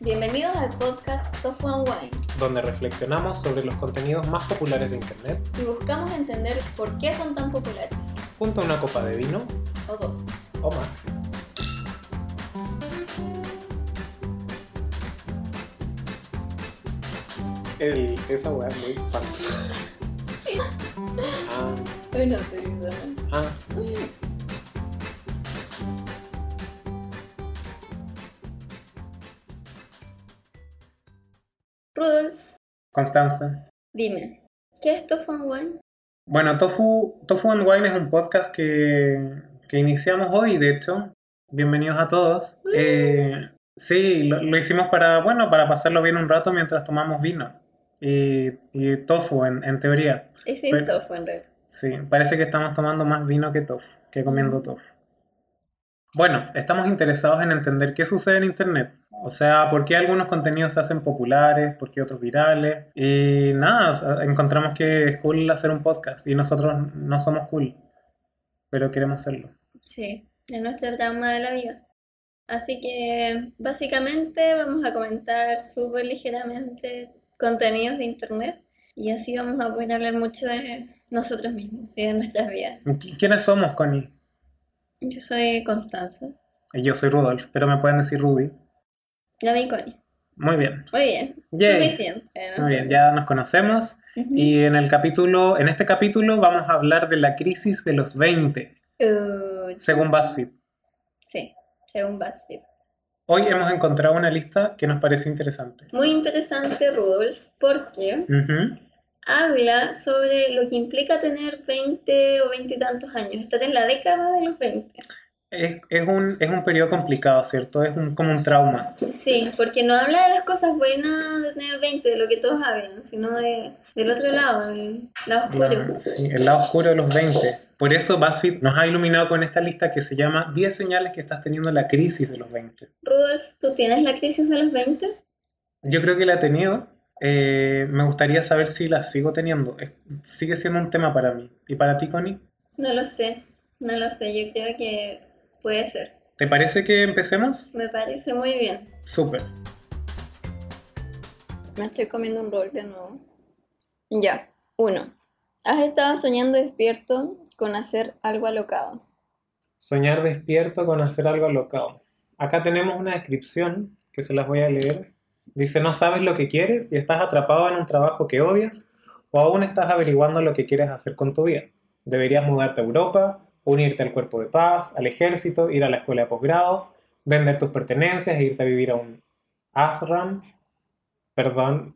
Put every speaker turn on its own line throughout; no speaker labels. Bienvenidos al podcast Tofu and Wine
donde reflexionamos sobre los contenidos más populares de Internet
y buscamos entender por qué son tan populares,
junto a una copa de vino
o dos.
o más. El, esa weá es muy falsa. Ah,
Hoy no se hizo, ¿no?
ah.
Rudolf,
Constanza.
dime, ¿qué es Tofu and Wine?
Bueno, Tofu, Tofu and Wine es un podcast que, que iniciamos hoy, de hecho. Bienvenidos a todos.
Uh.
Eh, sí, lo, lo hicimos para, bueno, para pasarlo bien un rato mientras tomamos vino. Y, y tofu, en- en teoría.
Es sin
Bueno.
tofu en realidad.
Sí, parece que estamos tomando más vino que tofu, que comiendo tofu. Bueno, estamos interesados en entender qué sucede en Internet. O sea, por qué algunos contenidos se hacen populares, por qué otros virales. Y nada, o sea, encontramos que es cool hacer un podcast y nosotros no somos cool, pero queremos hacerlo.
Sí, es nuestro drama de la vida. Así que básicamente vamos a comentar súper ligeramente contenidos de internet y así vamos a poder hablar mucho de nosotros mismos y de nuestras vidas.
¿Qui- ¿Quiénes somos, Connie?
Yo soy Constanza,
Y Yo soy Rudolf, pero me pueden decir Rudy.
la vi Connie.
Muy bien,
Muy bien,
Yay.
suficiente, ¿no?
muy bien, ya nos conocemos.
Ujú.
Y en el capítulo, en este capítulo vamos a hablar de la crisis de los 20,
Uh,
según BuzzFeed.
Sí, según BuzzFeed.
Hoy hemos encontrado una lista que nos parece interesante.
Muy interesante, Rudolf, porque
Ujú.
habla sobre lo que implica tener 20 o 20 y tantos años, estar en la década de los 20.
es, es un, es un periodo complicado, ¿cierto? Es un, como un trauma.
Sí, porque no habla de las cosas buenas de tener 20, de lo que todos hablan, sino de, del otro lado, del lado oscuro.
La- sí, el lado oscuro de los 20. Por eso BuzzFeed nos ha iluminado con esta lista que se llama 10 señales que estás teniendo la crisis de los 20.
Rudolf, ¿tú tienes la crisis de los 20?
Yo creo que la he tenido. eh, me gustaría saber si la sigo teniendo. Es- sigue siendo un tema para mí. ¿Y para ti, Connie?
No lo sé, no lo sé, yo creo que puede ser.
¿Te parece que empecemos?
Me parece muy bien.
Súper.
Me estoy comiendo un rol de nuevo. Ya, uno. Has estado soñando despierto con hacer algo alocado.
Soñar despierto con hacer algo alocado. Acá tenemos una descripción que se las voy a leer. Dice, no sabes lo que quieres y estás atrapado en un trabajo que odias o aún estás averiguando lo que quieres hacer con tu vida. Deberías mudarte a Europa, unirte al cuerpo de paz, al ejército, ir a la escuela de posgrado, vender tus pertenencias e irte a vivir a un ashram. Perdón,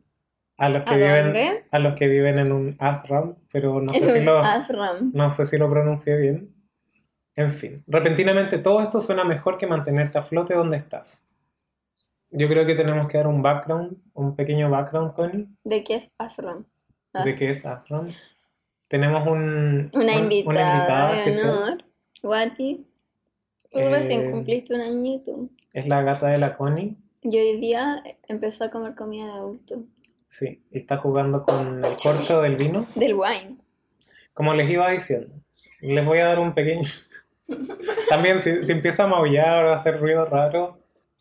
a los que
¿A
viven
dónde?
a los que viven en un ashram, pero no sé si
En un
lo
ashram.
no sé si lo pronuncié bien. En fin, repentinamente todo esto suena mejor que mantenerte a flote donde estás. Yo creo que tenemos que dar un background, un pequeño background, Connie,
¿De qué es ashram? Ah.
de qué es Ashram. Tenemos un, un-
Una invitada,
invitada que
de
se-
honor. Guati, tú
Eh,
recién cumpliste un añito.
es la gata de la Connie.
Y hoy día empezó a comer comida de adulto.
Sí, y está jugando con el corcho del vino.
Del wine.
Como les iba diciendo, les voy a dar un pequeño... También si, si empieza a maullar o a hacer ruido raro,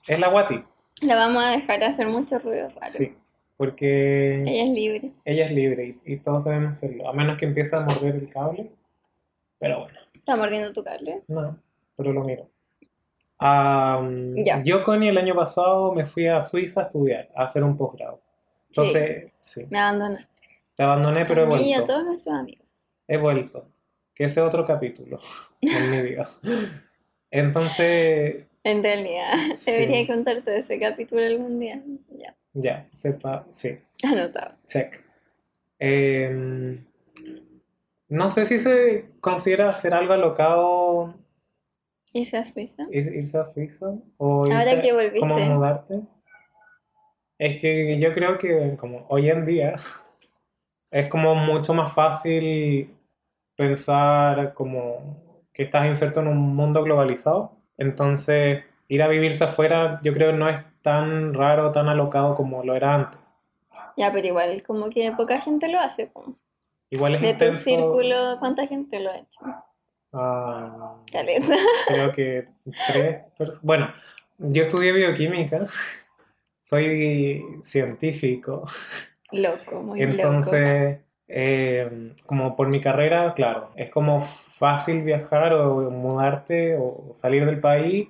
es la Guati.
La vamos a dejar hacer mucho ruido raro.
Sí, porque...
Ella es libre.
Ella es libre y, y todos debemos serlo, a menos que empiece a morder el cable. Pero bueno,
¿Está mordiendo tu cable?
no, pero lo miro. Am,
Ya.
Yo, Connie, el año pasado me fui a Suiza a estudiar, a hacer un posgrado. Entonces, sí,
Me abandonaste.
te abandoné, pero he
a mí y a
vuelto.
todos nuestros amigos.
He vuelto. Que ese es otro capítulo en mi vida. Entonces,
En realidad,
Sí.
debería contarte de ese capítulo algún día. Ya,
ya, sepa, sí.
anotado.
Check. Eh, no sé si se considera hacer algo alocado
Irse a Suiza.
ir- irse a Suiza o
Ahora
irte-
que volviste.
como mudarte. Es que yo creo que como hoy en día es como mucho más fácil pensar como que estás inserto en un mundo globalizado. Entonces, ir a vivirse afuera yo creo no es tan raro, tan alocado como lo era antes.
Ya, pero igual, como que poca gente lo hace. po.
Igual es
De tu
intenso.
círculo, ¿cuánta gente lo ha hecho?
Ah,
Caleta.
creo que tres personas. Bueno, yo estudié bioquímica. soy científico.
Loco, muy loco.
Entonces, eh, como por mi carrera, claro, es como fácil viajar o mudarte o salir del país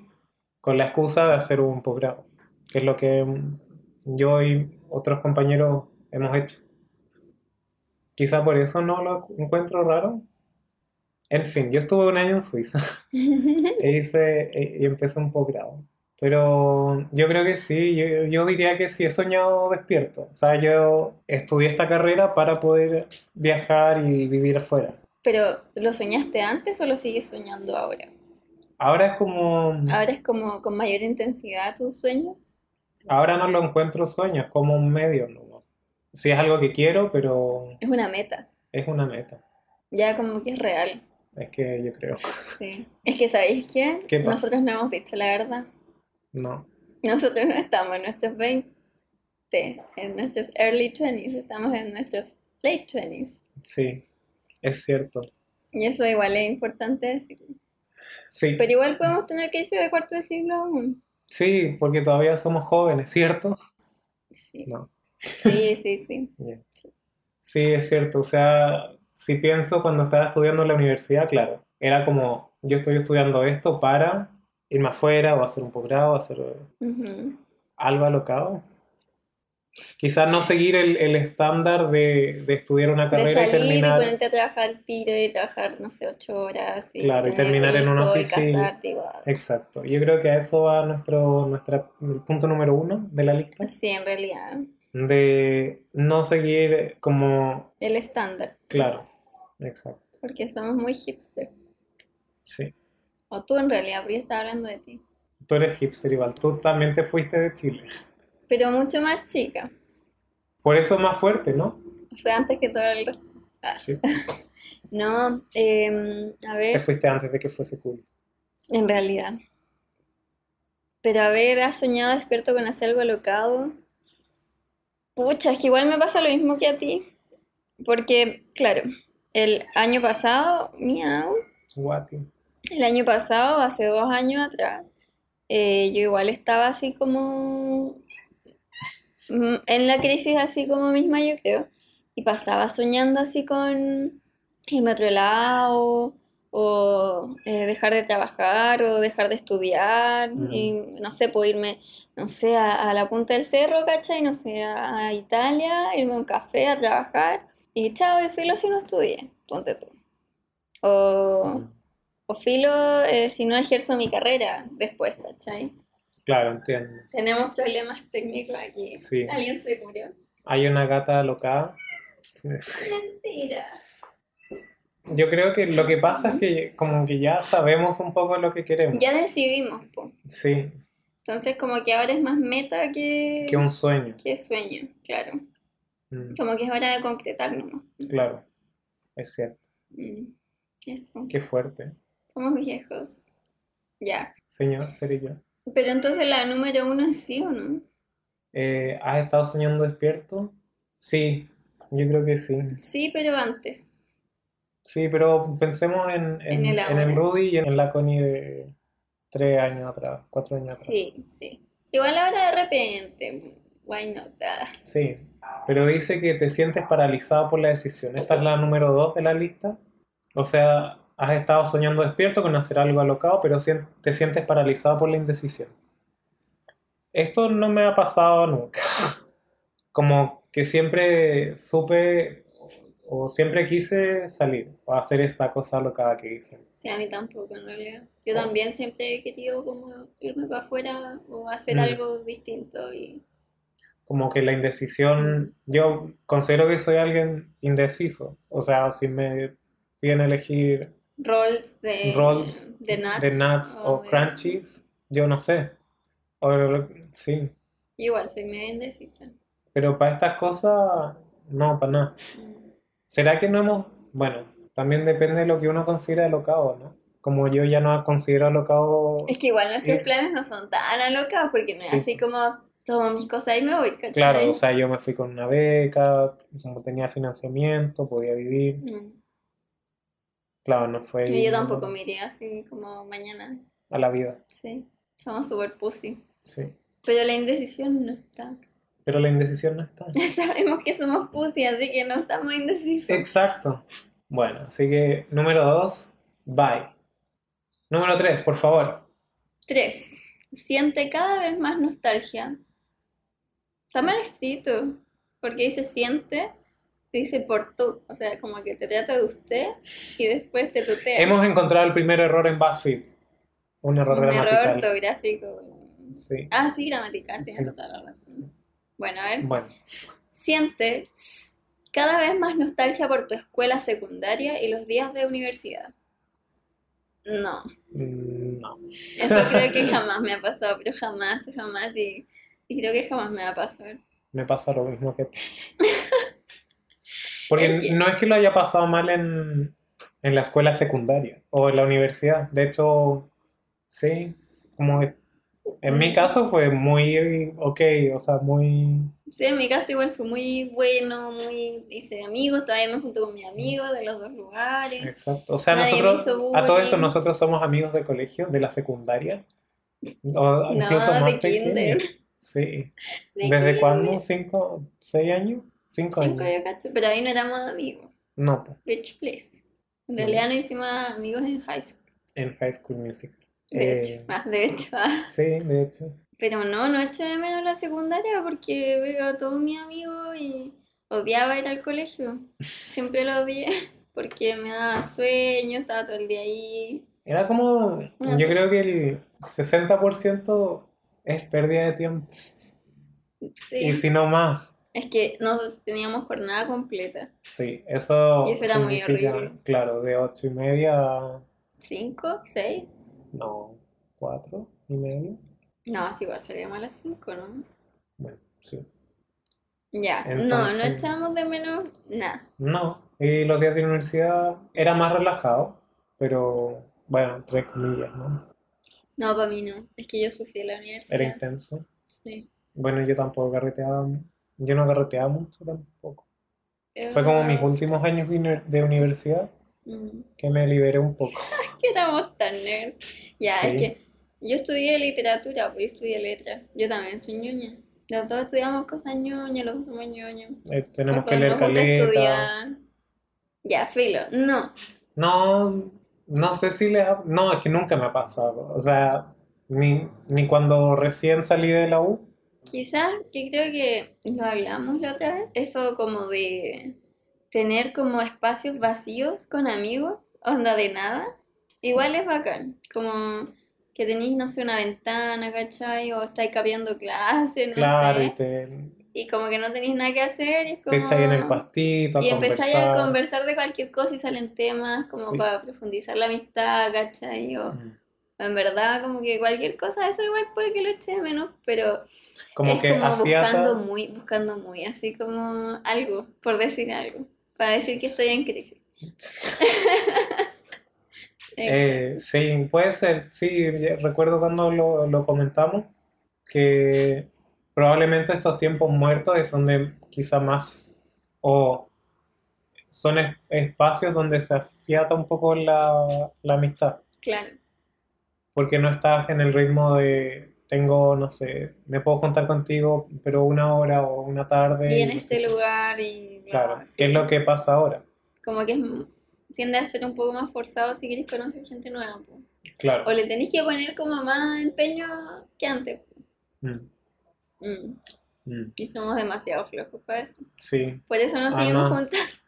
con la excusa de hacer un posgrado, que es lo que mm, yo y otros compañeros hemos hecho. Quizá por eso no lo encuentro raro. En fin, yo estuve un año en Suiza e hice e- y empecé un posgrado. Pero yo creo que sí, yo, yo diría que sí, he soñado despierto. O sea, yo estudié esta carrera para poder viajar y vivir afuera.
Pero, ¿lo soñaste antes o lo sigues soñando ahora?
Ahora es como,
¿Ahora es como con mayor intensidad tu sueño?
ahora no lo encuentro sueño, es como un medio, ¿no? Sí es algo que quiero, pero
Es una meta,
es una meta.
ya como que es real.
Es que yo creo,
Sí. Es que, ¿sabéis qué?
¿Qué pasa?
Nosotros no hemos dicho la verdad.
no.
Nosotros no estamos en nuestros 20, en nuestros early 20s, estamos en nuestros late 20s.
Sí, es cierto.
Y eso igual es importante decirlo.
Sí,
Pero igual podemos tener que irse de cuarto de siglo aún.
sí, porque todavía somos jóvenes, ¿cierto?
Sí,
No.
sí, sí, sí.
Ya. Sí, es cierto. O sea, si pienso cuando estaba estudiando en la universidad, claro, era como, yo estoy estudiando esto para irme afuera o hacer un posgrado, hacer
Ujú.
algo alocado. Quizás no seguir el, el estándar de, de estudiar una
De
carrera y
salir y
terminar.
ponerte a trabajar al tiro y trabajar, no sé, ocho horas y
Claro, y
tener
terminar en una
hijos y
oficina.
casarte igual.
Exacto. Yo creo que a eso va nuestro, nuestra, el punto número uno de la lista,
Sí, en realidad.
de no seguir como,
El estándar,
claro, exacto,
porque somos muy hipster.
sí.
O tú en realidad, porque yo estaba hablando de ti.
Tú eres hipster igual, tú también te fuiste de Chile.
Pero mucho más chica.
Por eso es más fuerte, ¿no?
O sea, antes que todo el resto.
Sí.
No, eh, a
Te
ver,
fuiste antes de que fuese cool.
en realidad. Pero a ver, ¿has soñado despierto con hacer algo locado? Pucha, es que igual me pasa lo mismo que a ti. Porque, claro, el año pasado, miau,
Guati.
el año pasado, hace dos años atrás, eh, yo igual estaba así como mm, en la crisis así como misma yo creo y pasaba soñando así con irme a otro lado o eh, dejar de trabajar o dejar de estudiar y no sé, pues irme, no sé, a, a la punta del cerro, ¿cachai? No sé, a, a Italia, irme a un café a trabajar y chao, y filo si no estudié, ponte tú. O, o filo eh, si no ejerzo mi carrera después, ¿cachai?
Claro, entiendo.
Tenemos problemas técnicos aquí.
Sí.
¿Alguien se murió?
Hay una gata loca.
Mentira.
Yo creo que lo que pasa es que como que ya sabemos un poco lo que queremos.
Ya decidimos, po.
Sí,
Entonces como que ahora es más meta que,
que un sueño.
que sueño, claro.
Mm,
Como que es hora de concretar nomás.
Claro, es cierto.
Mm. Eso.
Qué fuerte.
Somos viejos. Ya.
Señor, seré yo.
Pero entonces la número uno es sí o no.
Eh, ¿has estado soñando despierto? Sí, yo creo que sí.
Sí, pero antes.
Sí, pero pensemos en, en,
En el
en el
ahora.
Rudy y en la Connie de tres años atrás, cuatro años atrás.
Sí, sí. Igual ahora de repente. Why not? Ah.
Sí, pero dice que te sientes paralizado por la decisión. Esta es la número dos de la lista. O sea, has estado soñando despierto con hacer algo alocado, pero sien- te sientes paralizado por la indecisión. Esto no me ha pasado nunca. Como que siempre supe o siempre quise salir o hacer esta cosa alocada que hice.
Sí, a mí tampoco en realidad. Yo
Oh.
también siempre he querido como irme para afuera o hacer
Mm.
algo distinto y
Como que la indecisión, yo considero que soy alguien indeciso. O sea, si me piden elegir...
rolls de,
Rolls
Eh, de nuts
de nuts o
de-
crunchies, yo no sé. O, sí,
Igual, soy medio indecisa.
pero para estas cosas, no, para nada. ¿Será que no hemos...? Bueno, también depende de lo que uno considera alocado, ¿no? Como yo ya no considero alocado...
Es que igual nuestros
Es-
planes no son tan alocados porque no es
Sí.
así como tomo mis cosas y me voy, ¿cachai?
Claro, o sea, yo me fui con una beca, como tenía financiamiento, podía vivir.
Mm.
Claro, no fue
Y yo tampoco me iría así como mañana.
a la vida,
Sí, somos super pussy.
sí.
Pero la indecisión no está.
Pero la indecisión no está.
Sabemos que somos pussy, así que no estamos indecisos.
Exacto. Bueno, así que número 2, bye. Número 3, por favor.
3. Siente cada vez más nostalgia. Está mal escrito, porque dice siente, dice por tú, o sea, como que te trata de usted y después te tutea.
Hemos encontrado el primer error en BuzzFeed. Un error
Un error
gramatical.
ortográfico.
Sí.
Ah, sí, gramatical, tienes
Sí.
toda la razón. Bueno, a ver.
Bueno,
Siente s- cada vez más nostalgia por tu escuela secundaria y los días de universidad. No,
mm, no.
eso creo que jamás me ha pasado, pero jamás, jamás y, y creo que jamás me va a pasar.
Me pasa lo mismo que a ti. Porque
Es que-
no es que lo haya pasado mal en, en la escuela secundaria o en la universidad. De hecho, sí, como es- en
Mm.
mi caso fue muy ok, o sea, muy...
Sí, en mi caso igual fue muy bueno, muy, hice amigos, todavía me junto con mis amigos de los dos lugares.
Exacto. O sea,
Nadie me
nosotros,
hizo
a todo esto,
bullying.
nosotros somos amigos del colegio, de la secundaria. O
No,
incluso
de
más pequeños.
kinder.
Sí.
De
¿Desde
kinder.
cuándo? ¿Cinco? ¿Seis años? Cinco
Cinco,
años.
yo cacho, pero ahí no éramos amigos,
No, pues, po,
bitch, please. En
Mm.
realidad no hicimos amigos en high school,
en High School Music. Eh.
de hecho, más de hecho.
Sí, de hecho.
Pero no, no eché de menos la secundaria porque veo a todos mis amigos y odiaba ir al colegio. Siempre lo odié porque me daba sueño, estaba todo el día ahí.
Era como,
Una-
yo creo que el 60% es pérdida de tiempo, y
Sí,
si no más,
es que nos teníamos jornada completa.
sí, eso
Y eso era muy
significa,
horrible.
claro, de 8 y media a,
¿Cinco? ¿Seis?
no, 4 y media,
No, así igual salíamos a las cinco, ¿no?
bueno, sí,
Ya, no, no
Entonces-
echábamos de menos nada.
no, y los días de universidad era más relajado, pero bueno, entre comillas, ¿no?
No, para mí no. Es que yo sufrí en la
Era
universidad.
intenso.
Sí.
Bueno, yo tampoco carreteaba, yo no carreteaba mucho tampoco. Fue como mis
Ah,
últimos años de uni- de universidad
mm.
que me liberé un poco.
que éramos tan nerd. Ya,
Sí.
es que yo estudié literatura, pues yo estudié letras. Yo también soy ñoña. Los dos estudiamos cosas ñoñas, los dos somos ñoños.
Eh, tenemos
Nos
que leer
podemos juntar a
caleta.
estudiar. Ya, filo. No,
No, no sé si les ha... No, es que nunca me ha pasado. O sea, ni, ni cuando recién salí de la U.
quizás que creo que lo hablamos la otra vez. Eso como de tener como espacios vacíos con amigos, onda de nada. Igual es bacán. Como que tenéis, no sé, una ventana, ¿cachai? O estáis cambiando clase, no
Claro,
sé.
y te,
y como que no tenéis nada que hacer y es
te echáis en el
como-
pastito a
y empezáis a
conversar.
conversar de cualquier cosa y salen temas como
Sí.
para profundizar la amistad, ¿cachai? O
Mm.
o en verdad como que cualquier cosa, eso igual puede que lo eches de menos, pero
Como
es
que
como
afiata.
buscando muy, buscando muy, así como algo, por decir algo, para decir que estoy en crisis. Exacto.
Eh, sí, puede ser. Sí, ya recuerdo cuando lo, lo comentamos que probablemente estos tiempos muertos es donde quizá más o son es- espacios donde se afiata un poco la, la amistad,
Claro,
porque no estás en el ritmo de tengo, no sé, me puedo juntar contigo, pero una hora o una tarde.
y en
no
este
sé.
lugar y...
eh, Claro,
no,
¿qué es
sí.
lo que pasa ahora?
Como que es, tiende a ser un poco más forzado si quieres conocer gente nueva, po.
Claro.
O le tenéis que poner como más empeño que antes.
Mm,
Mm,
mm,
y somos demasiado flojos para eso.
sí.
Por eso no
Ah,
seguimos
no.
juntas.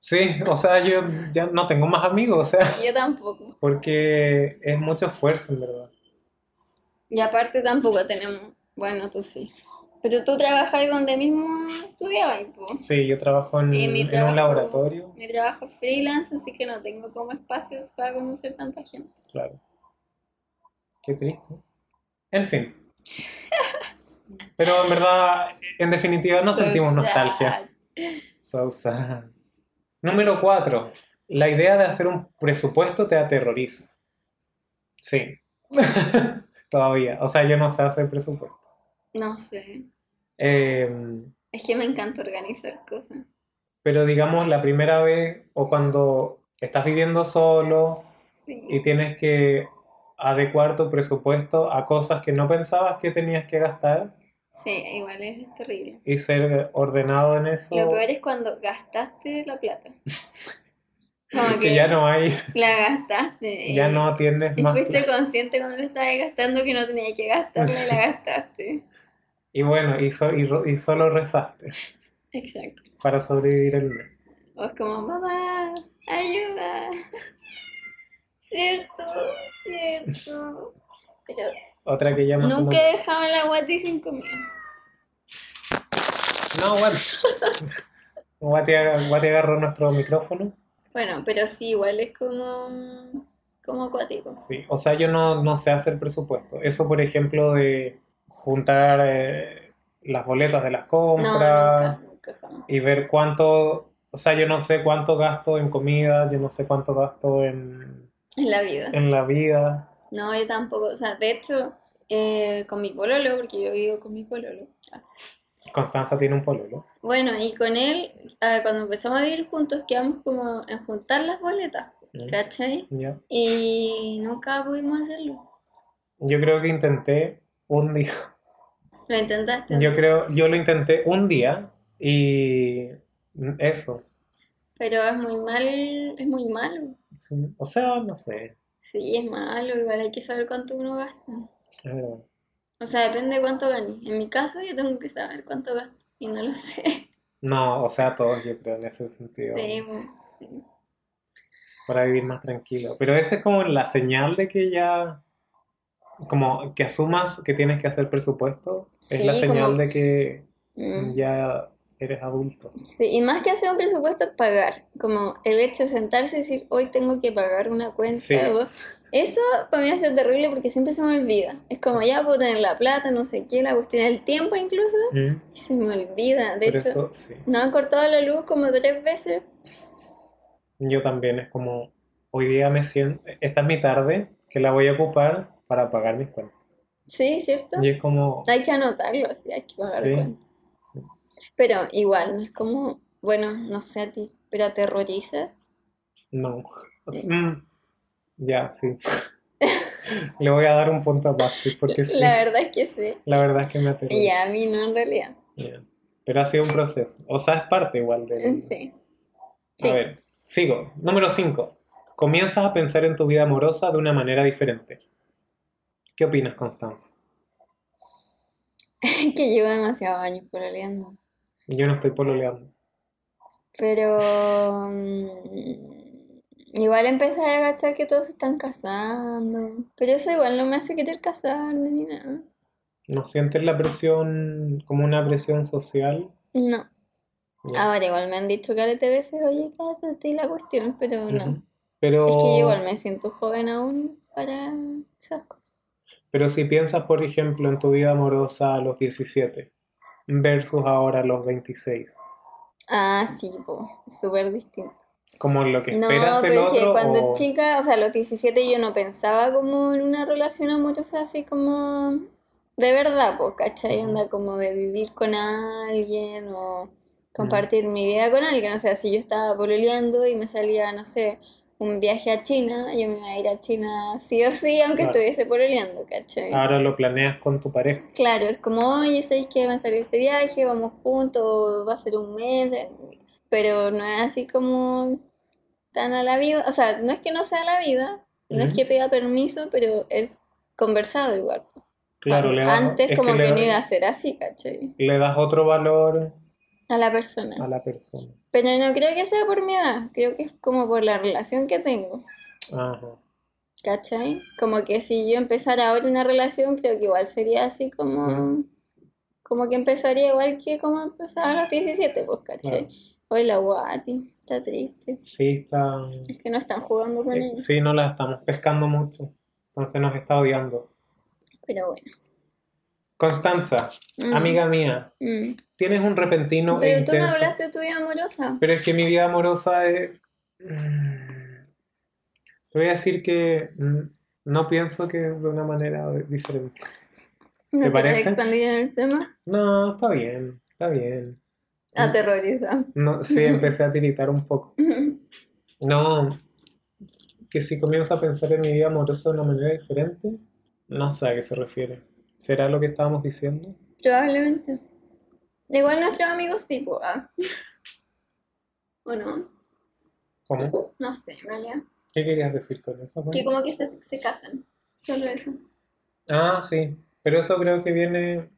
Sí, o sea, yo ya no tengo más amigos, o sea,
Yo tampoco.
porque es mucho esfuerzo, en verdad.
Y aparte tampoco tenemos. Bueno, tú sí. Pero tú trabajáis donde mismo estudiabas, po.
Sí, yo trabajo en,
Y mi
en un
trabajo-
laboratorio,
Mi trabajo es freelance, así que no tengo como espacio para conocer tanta gente.
claro. Qué triste. En fin. Pero en verdad, en definitiva, no
So
sentimos
sad.
nostalgia. So sad. Número 4. La idea de hacer un presupuesto te aterroriza. Sí. Todavía. O sea, yo no sé hacer presupuesto.
No sé.
Eh,
Es que me encanta organizar cosas.
Pero digamos, la primera vez o cuando estás viviendo solo
Sí.
y tienes que adecuar tu presupuesto a cosas que no pensabas que tenías que gastar
Sí, igual es terrible.
y ser ordenado en eso.
Lo peor es cuando gastaste la plata. Como
que ya no hay,
la gastaste.
ya
y-
no tienes
Y
más.
fuiste consciente cuando la estabas gastando que no tenías que gastarla y la gastaste.
Y bueno, y, so- y ro- y solo rezaste
Exacto.
para sobrevivir el mes.
O es como, mamá, ayuda. Cierto, cierto. Pero
Otra que llama su
nunca
nombre.
dejaba la guati sin comida.
No, what. Guati, ag- Guati agarró nuestro micrófono.
Bueno, pero sí, igual es como, como acuático.
Sí, o sea, yo no, no sé hacer presupuesto. Eso, por ejemplo, de juntar eh, las boletas de las
No, nunca,
compras
nunca jamás.
y ver cuánto, o sea, yo no sé cuánto gasto en comida, yo no sé cuánto gasto en,
En la vida.
en la vida.
No, yo tampoco. O sea, de hecho, eh, con mi pololo, porque yo vivo con mi pololo. ah,
Constanza tiene un pololo.
Bueno, y con él, ah, cuando empezamos a vivir juntos, quedamos como en juntar las boletas,
Mm.
¿cachai?
Ya.
Y nunca pudimos hacerlo.
Yo creo que intenté un día.
¿Lo intentaste?
Yo creo, yo lo intenté un día y eso.
Pero es muy mal, es muy malo.
sí. O sea, no sé.
Sí, es malo, igual hay que saber cuánto uno gasta.
es verdad.
O sea, depende de cuánto gane. En mi caso, yo tengo que saber cuánto gasto y no lo sé.
No, o sea, todos yo creo en ese sentido.
Sí, bueno, sí.
para vivir más tranquilo. Pero esa es como la señal de que ya, como que asumas que tienes que hacer presupuesto, es la
Sí,
señal
como-
de que
Mm.
ya eres adulto.
Sí, y más que hacer un presupuesto es pagar, como el hecho de sentarse y decir, hoy tengo que pagar una cuenta
Sí.
o dos. Eso para mí ha sido terrible porque siempre se me olvida. Es como ya puedo tener la plata, no sé qué, la cuestión del tiempo incluso,
Mm,
y se me olvida. De
Por
hecho,
eso, sí.
nos han cortado la luz como tres veces.
Yo también es como, hoy día me siento, esta es mi tarde, que la voy a ocupar para pagar mis cuentas.
Sí, ¿cierto?
Y es como,
Hay que anotarlo, sí, hay que pagar
Sí,
cuentas.
sí.
Pero igual, no es como, bueno, no sé a ti, pero aterroriza.
no, Es- mm, ya, sí. Le voy a dar un punto a Buzzfeed porque sí,
La verdad es que sí.
la verdad es que me
Y
aterroriza.
a mí no, en realidad.
Ya. Pero ha sido un proceso. O sea, es parte igual del...
Mm, Sí.
A
Sí.
ver, sigo. Número 5. Comienzas a pensar en tu vida amorosa de una manera diferente. ¿Qué opinas, Constanza?
que llevo demasiados años pololeando.
Yo no estoy pololeando.
Pero mm, igual empecé a agachar que todos se están casando. Pero eso igual no me hace querer casarme ni nada.
¿No sientes la presión como una presión social?
No.
Ya.
Ahora igual me han dicho caleta de veces, oye, cásate y la cuestión, pero no.
Ujú.
Es
Pero,
que yo igual me siento joven aún para esas cosas.
pero si piensas, por ejemplo, en tu vida amorosa a los 17 versus ahora a los 26,
Ah, sí, po, es súper distinto.
como lo que
No,
esperas del
pero es que
otro
cuando
o-
chica, o sea, a los 17 yo no pensaba como en una relación amorosa así como de verdad, pues, ¿cachai?
Ujú.
Onda como de vivir con alguien o compartir mi vida con alguien. O sea, si yo estaba pololeando y me salía, no sé, un viaje a China, yo me iba a ir a China sí o sí, aunque
Claro. Ah,
estuviese pololeando, ¿cachai?
ahora lo planeas con tu pareja.
Claro, es como, oye, ¿sabéis que me salió este viaje? Vamos juntos, va a ser un mes, eh, pero no es así como tan a la vida, o sea, no es que no sea a la vida, no es
Ujú.
que pida permiso, pero es conversado igual.
Claro,
An-
le das,
Antes
es
como
le,
que no iba a ser así, ¿cachai?
le das otro valor
A la persona.
a la persona.
Pero no creo que sea por mi edad, creo que es como por la relación que tengo,
Ajá.
¿cachai? Como que si yo empezara ahora una relación, creo que igual sería así como...
Ujú.
Como que empezaría igual que como empezaba a los 17, pues, ¿cachai?
Claro.
Hoy la guati, está triste.
Sí, está.
Es que no están jugando con
eh,
él.
Sí, no la estamos pescando mucho. Entonces nos está odiando.
Pero bueno.
Constanza,
Mm,
amiga mía,
mm.
tienes un repentino e
Pero tú no
intenso.
hablaste de tu vida amorosa.
Pero es que mi vida amorosa es. Mm. Te voy a decir que mm, no pienso que de una manera de- diferente.
¿No
¿te
te querés
parece?
expandir en el tema?
No, está bien, está bien. Mm.
Aterroriza.
No, sí, empecé a tiritar un poco. No, que si comienzo a pensar en mi vida amorosa de una manera diferente, no sé a qué se refiere. ¿Será lo que estábamos diciendo?
Probablemente. Igual nuestros amigos sí, pues. ah. ¿O no?
¿Cómo?
No sé, en realidad.
¿Qué querías decir con eso? pues? Juan?
Que como que se, se casan. Solo eso.
Ah, sí. Pero eso creo que viene.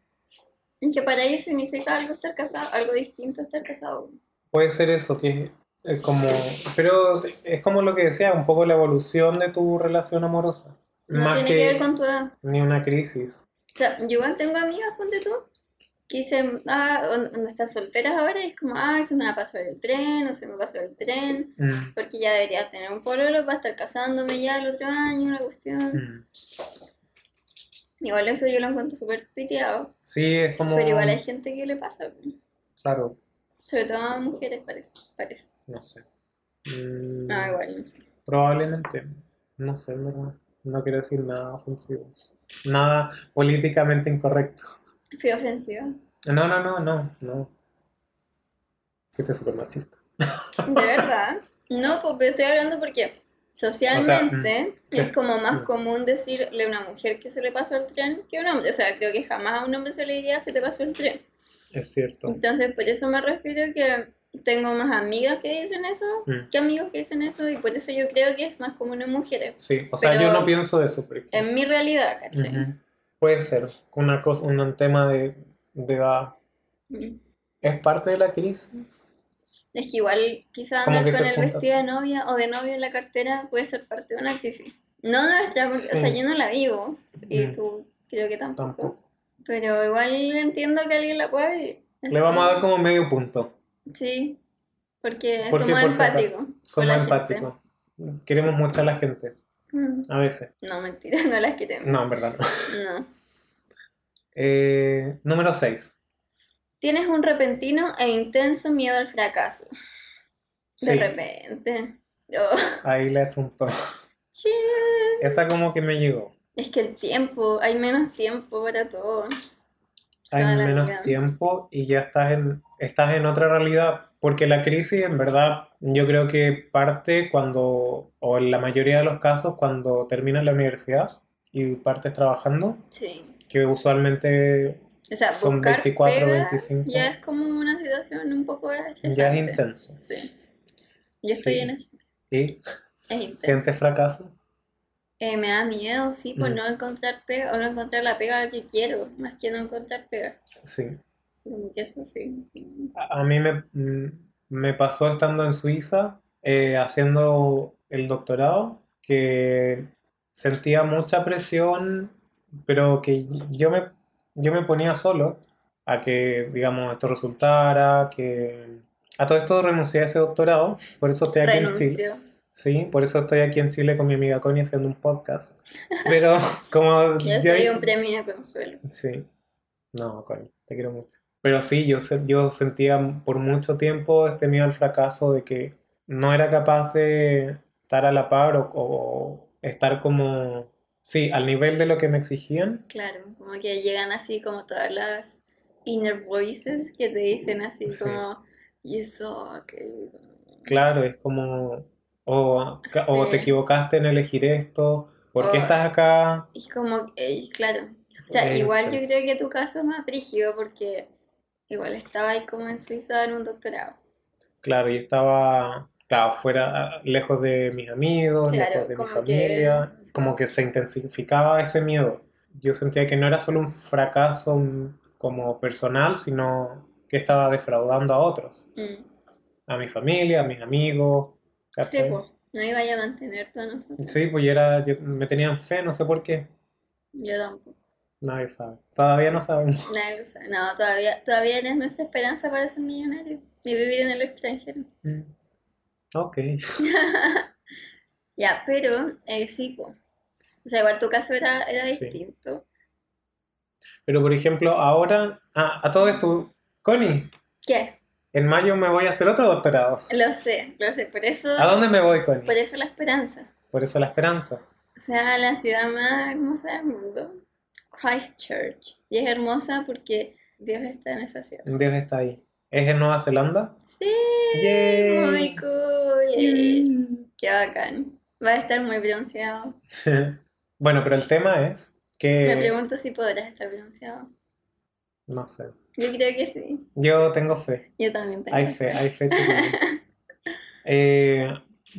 Y Que para ellos significa algo estar casado, algo distinto a estar casado.
Puede ser eso, que es como. Pero es como lo que decía, un poco la evolución de tu relación amorosa.
No
Más
tiene
que,
que ver con tu edad.
ni una crisis.
O sea, yo igual tengo amigas, ponte tú, que dicen, ah, o- o están solteras ahora y es como, ah, se me va a pasar el tren, o se me pasó el tren,
Mm,
porque ya debería tener un pololo para estar casándome ya el otro año, una cuestión.
mm.
Igual eso yo lo encuentro súper piteado,
Sí, es Mm. como.
pero igual hay gente que le pasa,
Claro,
sobre todo a mujeres parece, parece.
no sé. Mm,
Ah, igual, no sé.
Probablemente. No sé, en verdad. No quiero decir nada ofensivo. Nada políticamente incorrecto.
Fui ofensiva,
No, no, no, no, no. Fuiste súper machista.
de verdad. No, pues pero estoy hablando porque
mm,
socialmente
sí.
es como más
Mm.
común decirle a una mujer que se le pasó el tren que a un hombre. O sea, creo que jamás a un hombre se le diría se te pasó el tren.
Es cierto.
Entonces, por eso me refiero que tengo más amigas que dicen eso
Mm,
que amigos que dicen eso y por eso yo creo que es más común en mujeres.
Sí, o sea,
Pero-
yo no pienso eso, pero...
En mi realidad, ¿cachai?
Ujú. Puede ser una cosa, un tema de, de edad.
Mm.
¿Es parte de la crisis?
Es que igual quizás
Como
andar
que
con
se
el
junta.
vestido de novia o de novio en la cartera puede ser parte de una crisis. No nuestra, porque, o sea,
Sí.
yo no la vivo y
Mm.
tú creo que tampoco.
Tampoco.
Pero igual entiendo que alguien la pueda vivir. Así
Le vamos a dar
como-
como medio punto.
Sí, porque
Porque
somos
por si acaso,
empáticos. con la
Somos
gente.
empáticos. Queremos mucho a la gente,
Mm.
a veces.
No, mentira, no las quitemos.
No, en verdad no.
No.
Eh, número 6.
Tienes un repentino e intenso miedo al fracaso. De
Sí,
repente. Oh,
ahí le echo un toque.
sí.
Esa como que me llegó.
Es que el tiempo, hay menos tiempo para todo. Se
hay
va la
menos
vida.
tiempo y ya estás en, estás en otra realidad. Porque la crisis, en verdad, yo creo que parte cuando, o en la mayoría de los casos, cuando terminas la universidad y partes trabajando,
Sí.
que usualmente
O sea,
Son
buscar
24,
pega
25.
ya es como una situación un poco
ya es
estresante.
intenso.
Sí. Yo estoy
Sí.
en eso.
¿Y
Es intenso.
sientes fracaso?
Eh, me da miedo, sí, por
Mm.
no encontrar pega o no encontrar la pega que quiero, más que no encontrar pega.
Sí.
Como que Eso sí.
A a mí me, mm, me pasó estando en Suiza eh, haciendo el doctorado que sentía mucha presión, pero que yo me, yo me ponía solo a que, digamos, esto resultara, que... A todo esto renuncié a ese doctorado, por eso estoy aquí en Chile.
Renunció.
Sí, por eso estoy aquí en Chile con mi amiga Connie haciendo un podcast. Pero como
Yo
ya
soy
dije-
un premio de consuelo.
Sí, no, Connie, te quiero mucho. Pero sí, yo, se- yo sentía por mucho tiempo este miedo al fracaso de que no era capaz de estar a la par o, o estar como, sí, al nivel de lo que me exigían.
Claro, como que llegan así como todas las inner voices que te dicen así
Sí.
como you suck.
Claro, es como, o, ca- o te
Sí.
equivocaste en elegir esto, ¿por qué
O-
estás acá?
Y como, eh, claro. O sea,
Eh,
igual yo
entonces-
creo que tu caso es más brígido porque igual estaba ahí como en Suiza en un doctorado.
Claro, y estaba, claro, fuera, lejos de mis amigos,
Claro,
lejos de mi
como que-
familia, como que se intensificaba ese miedo. Yo sentía que no era solo un fracaso un- como personal, sino que estaba defraudando a otros,
Mm.
a mi familia, a mis amigos,
Sí,
¿cachai?
pues, no iba a mantener todo nosotros.
Sí, pues yo era, yo- me tenían fe, no sé por qué,
Yo tampoco.
nadie sabe, todavía no sabemos.
Nadie lo sabe. No, todavía, todavía eres nuestra esperanza para ser millonario y vivir en el extranjero.
Mm. Ok,
Ya, pero eh, sí, po. O sea, igual tu caso era, era
Sí.
distinto.
pero por ejemplo, ahora, ah, a todo esto, Connie,
¿Qué?
en mayo me voy a hacer otro doctorado.
Lo sé, lo sé. Por eso,
¿A dónde me voy, Connie?
por eso la esperanza.
Por eso la esperanza.
O sea, la ciudad más hermosa del mundo, Christchurch. Y es hermosa porque Dios está en esa ciudad.
Dios está ahí. ¿Es en Nueva Zelanda?
Sí,
Yay. Mm.
muy cool. Qué bacán. Va a estar muy bronceado.
bueno, pero el tema es
Me
que...
pregunto si podrás estar bronceado.
No sé.
Yo creo que sí.
Yo tengo fe.
Yo también tengo.
Hay fe, hay fe, chiquilín. Eh,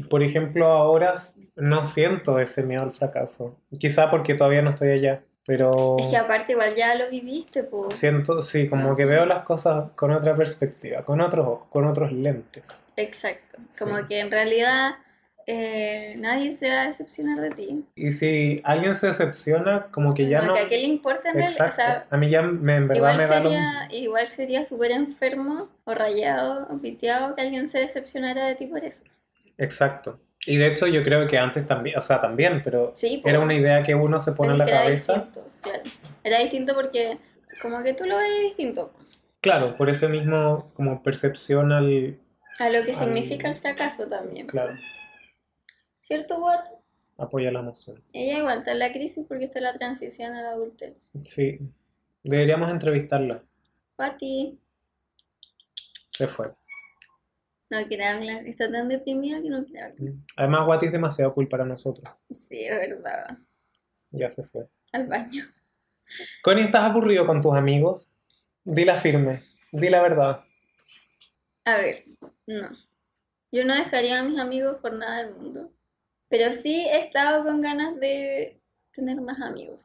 por ejemplo, ahora s- no siento ese miedo al fracaso. Quizá porque todavía no estoy allá, pero
Es que aparte igual ya lo viviste, pues.
siento, sí, como que veo las cosas con otra perspectiva, con otros ojos, con otros lentes.
Exacto. Como
Sí.
que en realidad eh, nadie se va a decepcionar de ti.
Y si alguien se decepciona, como que ya
Como
no...
que ¿A qué le importa en realidad? O
Exacto.
sea,
A mí ya me, en verdad
igual
me da lo
sería, igual sería súper enfermo o rayado o piteado que alguien se decepcionara de ti por eso.
Exacto. Y de hecho yo creo que antes también, o sea, también, pero
Sí, po.
era una idea que uno se pone en la
Era
cabeza.
distinto, claro. Era distinto porque como que tú lo ves distinto
Claro, por ese mismo como percepción al...
a lo que
Al-
significa el fracaso también.
Claro,
¿Cierto, Watt?
apoya la emoción.
Ella igual está en la crisis porque está en la transición a la adultez.
Sí, deberíamos entrevistarla.
Pati
Se fue.
no quiere hablar, está tan deprimida que no quiere hablar.
Además, Guati es demasiado cool para nosotros.
Sí, es verdad.
Ya se fue.
Al baño.
Connie, ¿estás aburrido con tus amigos? Di la firme, di la verdad.
A ver, no. Yo no dejaría a mis amigos por nada del mundo. Pero sí he estado con ganas de tener más amigos.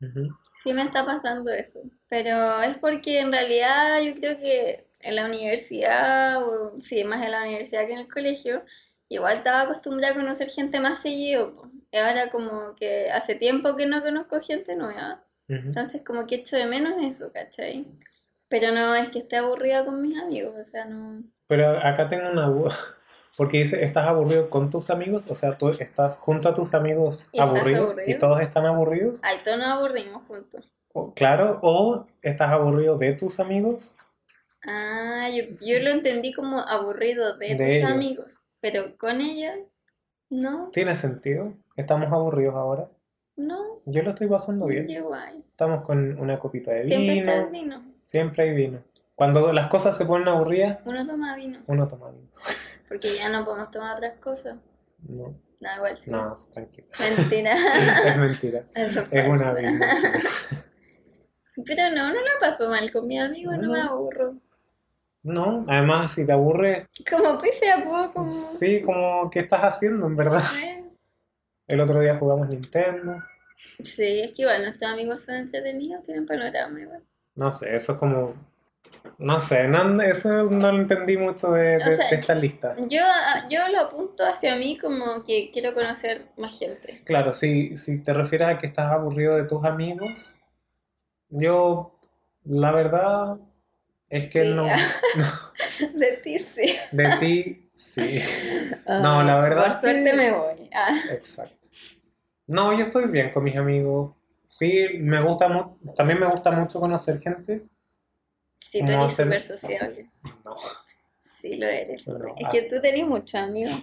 Ujú.
Sí me está pasando eso, pero es porque en realidad yo creo que en la universidad, o sí, más en la universidad que en el colegio, igual estaba acostumbrada a conocer gente más seguido, po. Y ahora como que hace tiempo que no conozco gente nueva,
Ujú.
entonces como que echo de menos eso, ¿cachai? Pero no es que esté aburrida con mis amigos, o sea, no...
Pero acá tengo una duda. Porque dice, ¿estás aburrido con tus amigos? O sea, tú estás junto a tus amigos
Y estás
aburridos y
aburrido. Ah.
todos están aburridos.
Ay, todos nos aburrimos juntos.
O- claro, o estás aburrido de tus amigos.
Ah, yo, yo lo entendí como aburrido de
De
tus
ellos.
amigos, pero con ellos, no,
¿Tiene sentido? Estamos aburridos ahora.
no,
Yo lo estoy pasando bien.
yo igual.
Estamos con una copita de
Siempre
vino.
está el vino.
Siempre hay vino. Cuando las cosas se ponen aburridas,
Uno toma vino,
uno toma vino.
porque ya no podemos tomar otras cosas.
No,
Da igual, sí.
no, tranquilo.
Mentira.
es mentira.
Eso
Es
fue.
una vino.
Pero no, no la paso mal con mi amigo, no me
No.
aburro.
No, además, si te aburres,
Como pifia, puedo como...
sí, como, ¿qué estás haciendo en verdad?
¿eh?
El otro día jugamos Nintendo.
Sí, es que igual nuestros amigos son entretenidos, tienen panorama igual.
No sé, eso es como. No sé, no- eso no lo entendí mucho de,
O
de-
sea,
de esta lista.
Yo, ah, yo lo apunto hacia mí como que quiero conocer más gente.
Claro, si, si te refieres a que estás aburrido de tus amigos, yo, la verdad, es que
Sí.
no.
De ti sí. Ah,
De ti, sí. No, la verdad
Por
que-
suerte me voy. Ah,
Exacto. No, yo estoy bien con mis amigos. Sí, me gusta mu- también me gusta mucho conocer gente.
sí, tú
No,
eres
se-
súper sociable.
No,
Sí, lo eres.
Pero no,
es que
así-
tú tenés muchos amigos.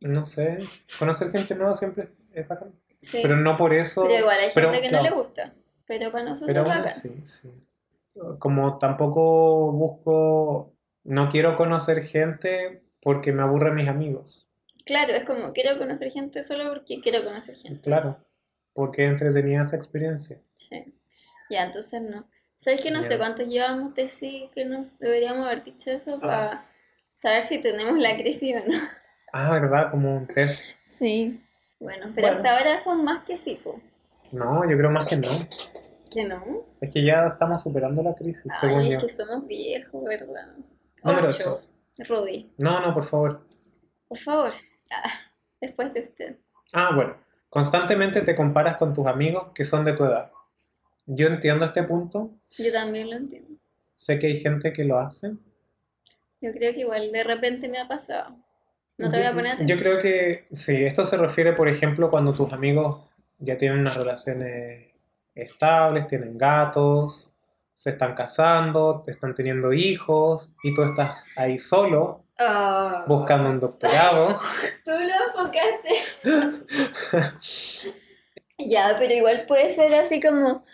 no sé. Conocer gente nueva siempre es bacán.
Sí.
Pero no por eso.
Pero igual hay
pero,
gente que
claro.
no le gusta. Pero para nosotros
Pero
es
bueno,
bacán.
sí, sí. Como tampoco busco, no quiero conocer gente porque me aburren mis amigos,
Claro, es como quiero conocer gente solo porque quiero conocer gente.
claro, porque entretenía esa experiencia.
Sí. Ya, entonces no. ¿Sabes que no sé
Ya.
cuántos llevamos de sí que no? Deberíamos haber dicho eso para saber si tenemos la crisis o no.
Ah, ¿verdad? Como un test.
Sí. Bueno, pero
Bueno.
hasta ahora son más que sí, po.
No, yo creo más que no.
¿Que no?
Es que ya estamos superando la crisis, según
Ay,
yo.
es que somos viejos, ¿verdad?
Número
Ocho. Rudy,
No, no, por favor.
por favor. Ah, después de usted.
Ah, bueno. Constantemente te comparas con tus amigos que son de tu edad. Yo entiendo este punto.
Yo también lo entiendo.
Sé que hay gente que lo hace.
Yo creo que igual de repente me ha pasado. No te voy a poner
Yo, yo
atención.
creo que sí, esto se refiere, por ejemplo, cuando tus amigos ya tienen unas relaciones estables, tienen gatos, se están casando, están teniendo hijos y tú estás ahí solo
Ah,
buscando un doctorado.
Tú lo enfocaste. ya, pero igual puede ser así como,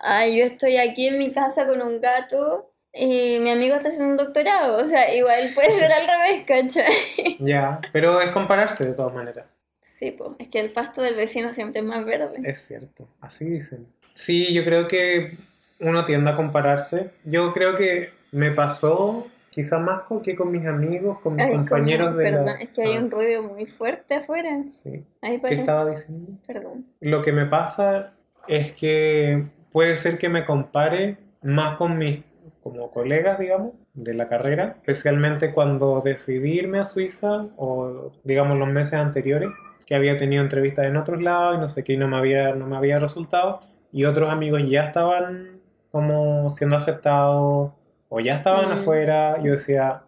ay, yo estoy aquí en mi casa con un gato y mi amigo está haciendo un doctorado. O sea, igual puede ser al revés, ¿cachai?
Ya, pero es compararse de todas maneras.
Sí, pues, es que el pasto del vecino siempre es más verde.
Es cierto, así dicen. Sí, yo creo que uno tiende a compararse. Yo creo que me pasó quizás más con que con mis amigos, con mis
Ay, como-
compañeros de la...
perdón, es que hay
Ah,
un ruido muy fuerte afuera.
sí.
Ahí
¿Qué
parece-
estaba diciendo?
Perdón.
Lo que me pasa es que puede ser que me compare más con mis como colegas, digamos, de la carrera, especialmente cuando decidí irme a Suiza o digamos los meses anteriores, que había tenido entrevistas en otros lados y no sé qué, y no me había, no me había resultado, y otros amigos ya estaban como siendo aceptados o ya estaban
Mm.
afuera, yo decía,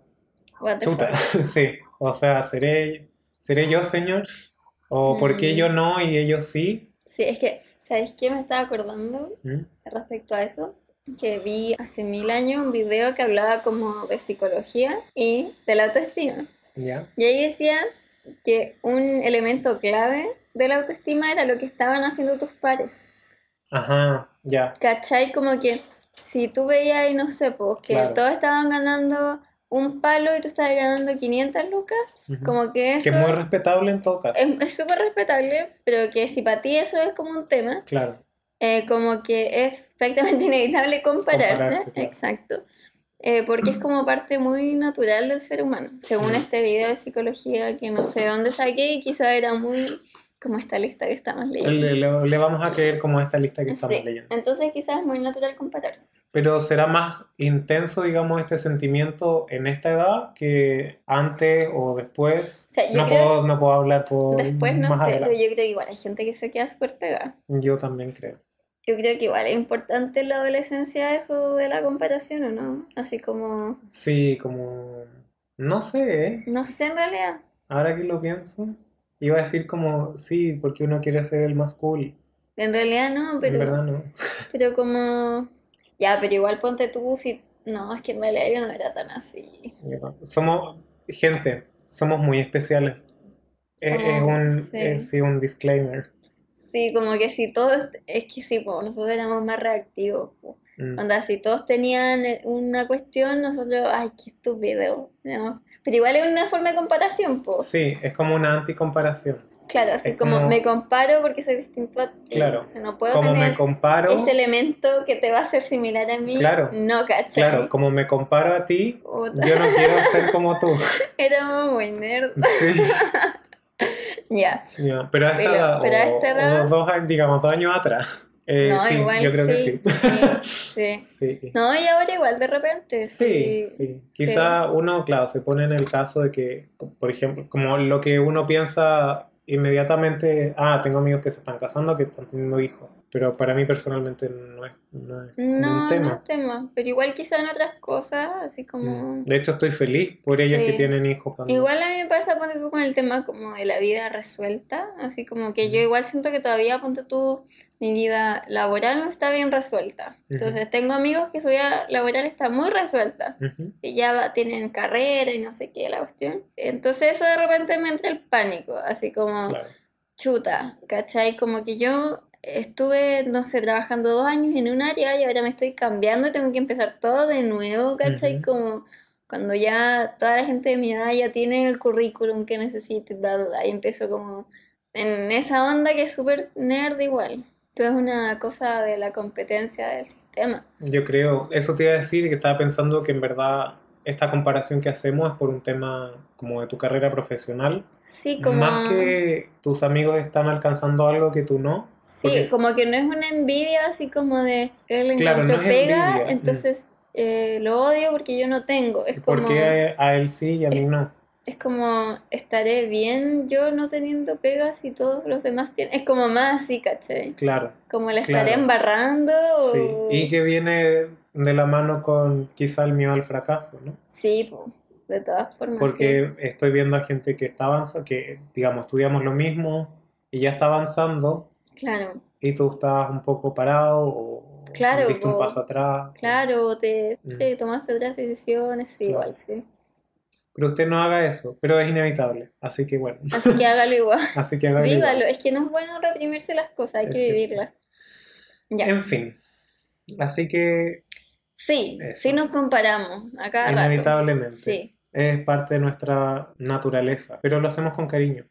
What the
Chuta,
fuck.
sí, o sea, ¿seré, seré yo, señor? ¿O por qué
Mm.
yo no y ellos sí?
Sí, es que, ¿sabes qué me estaba acordando
¿Mm?
respecto a eso? Que vi hace mil años un video que hablaba como de psicología y de la autoestima.
¿Ya?
Y ahí decía que un elemento clave de la autoestima era lo que estaban haciendo tus pares.
Ajá, ya.
¿Cachai? Como que si tú veías ahí, no sé, pues que
Claro.
todos estaban ganando un palo y tú estabas ganando 500 lucas,
Ujú.
como que
Que
eso
es muy respetable en todo caso.
es es súper respetable, pero que si para ti eso es como un tema,
Claro,
eh, como que es prácticamente inevitable compararse,
Compararse, claro.
exacto, eh, porque es como parte muy natural del ser humano, según
Mm.
este video de psicología que no sé dónde saqué y quizá era muy como esta lista que estamos leyendo.
le, le- le vamos a creer como esta lista que estamos
Sí,
leyendo.
entonces quizás es muy natural compararse.
Pero será más intenso, digamos, este sentimiento en esta edad que antes o después.
O sea, yo
no,
creo-
puedo, no puedo hablar por
Después, no
más
sé, pero
adelante.
yo creo que igual hay gente que se queda súper pegada.
Yo también creo.
Yo creo que igual es importante en la adolescencia eso de la comparación, ¿o no? Así como,
Sí, como... No sé, ¿eh?
no sé en realidad.
Ahora que lo pienso, iba a decir como, sí, porque uno quiere ser el más cool.
En realidad no,
En
pero,
verdad no.
pero como, ya, pero igual ponte tú si, no, es que en realidad yo no era tan así.
Yo no. Somos, gente, somos muy especiales. Es, es
Somos-
un,
sí.
es, sí, un disclaimer.
Sí, como que si todos, es que sí, po, nosotros éramos más reactivos, po.
Mm.
Onda, si todos tenían eh, una cuestión, nosotros, ay, qué estúpido. ¿no? Pero igual es una forma de comparación, pues.
Sí, es como una anticomparación.
Claro, así
Es
como
como-
me comparo porque soy distinto a ti.
Claro.
O sea, no puedo
Como me
tener
comparo,
ese elemento que te va a hacer similar a mí.
Claro.
No, ¿cachai?
claro, como me comparo a ti,
Puta,
yo no quiero ser como tú.
éramos muy nerd.
Sí,
Ya.
ya, Pero a esta
Pero-
edad,
pero a
o-
esta edad-
o dos, años- digamos, dos años atrás. Eh,
No,
sí,
igual
yo creo que
sí.
sí.
sí, sí.
Sí.
No, y ahora igual de repente.
Sí,
Sí.
sí. Quizá uno, claro, se pone en el caso de que, por ejemplo, como lo que uno piensa inmediatamente, ah, tengo amigos que se están casando, que están teniendo hijos, pero para mí personalmente no es, no es como
No,
un
no
tema.
es tema. Pero igual quizá en otras cosas, así como.
Mm. De hecho, estoy feliz por ellos
Sí.
que tienen hijos también.
Igual a mí me pasa, ponte tú, con el tema como de la vida resuelta, así como que yo
Ujú.
igual siento que todavía, ponte tú, mi vida laboral no está bien resuelta. Entonces tengo amigos que su vida laboral está muy resuelta,
Ujú.
que ya va- tienen carrera y no sé qué, la cuestión. Entonces eso de repente me entra el pánico, así como
Claro.
chuta, ¿cachai? Como que yo estuve, no sé, trabajando dos años en un área y ahora me estoy cambiando y tengo que empezar todo de nuevo, ¿cachai?
Ujú.
Como cuando ya toda la gente de mi edad ya tiene el currículum que necesita, bla, bla, bla, y empiezo como en esa onda que es súper nerd igual. Todo es una cosa de la competencia del sistema.
Yo creo, eso te iba a decir que estaba pensando que en verdad esta comparación que hacemos es por un tema como de tu carrera profesional,
Sí, como...
más que tus amigos están alcanzando algo que tú no.
Sí,
porque-
como que no es una envidia así como de él
Claro,
encontró
no es
pega,
envidia, mm.
entonces eh, lo odio porque yo no tengo. Es
¿Por
como,
qué a él sí y a mí no?
es como estaré bien yo no teniendo pega si todos los demás tienen. Es como más así, ¿cachai?
Claro,
Como la
Claro.
estaré embarrando
sí.
o-
Y que viene de la mano con quizá el miedo al fracaso, ¿no?
Sí, po, de todas formas. sí.
Porque estoy viendo a gente que está avanzando, que digamos, estudiamos lo mismo y ya está avanzando
Claro,
y tú estás un poco parado o
Claro,
diste un
po.
paso atrás.
claro, te,
Mm.
sí, tomaste otras decisiones, sí,
Claro.
igual, sí.
Pero usted no haga eso, pero es inevitable. Así que bueno,
Así que hágalo igual.
así que hágalo igual.
Vívalo, es que no es bueno reprimirse las cosas, hay
Es
que
cierto. Em,
vivirlas. Ya.
En fin, así que
Sí,
Eso.
sí nos comparamos a cada rato.
inevitablemente
Sí,
es parte de nuestra naturaleza, pero lo hacemos con cariño.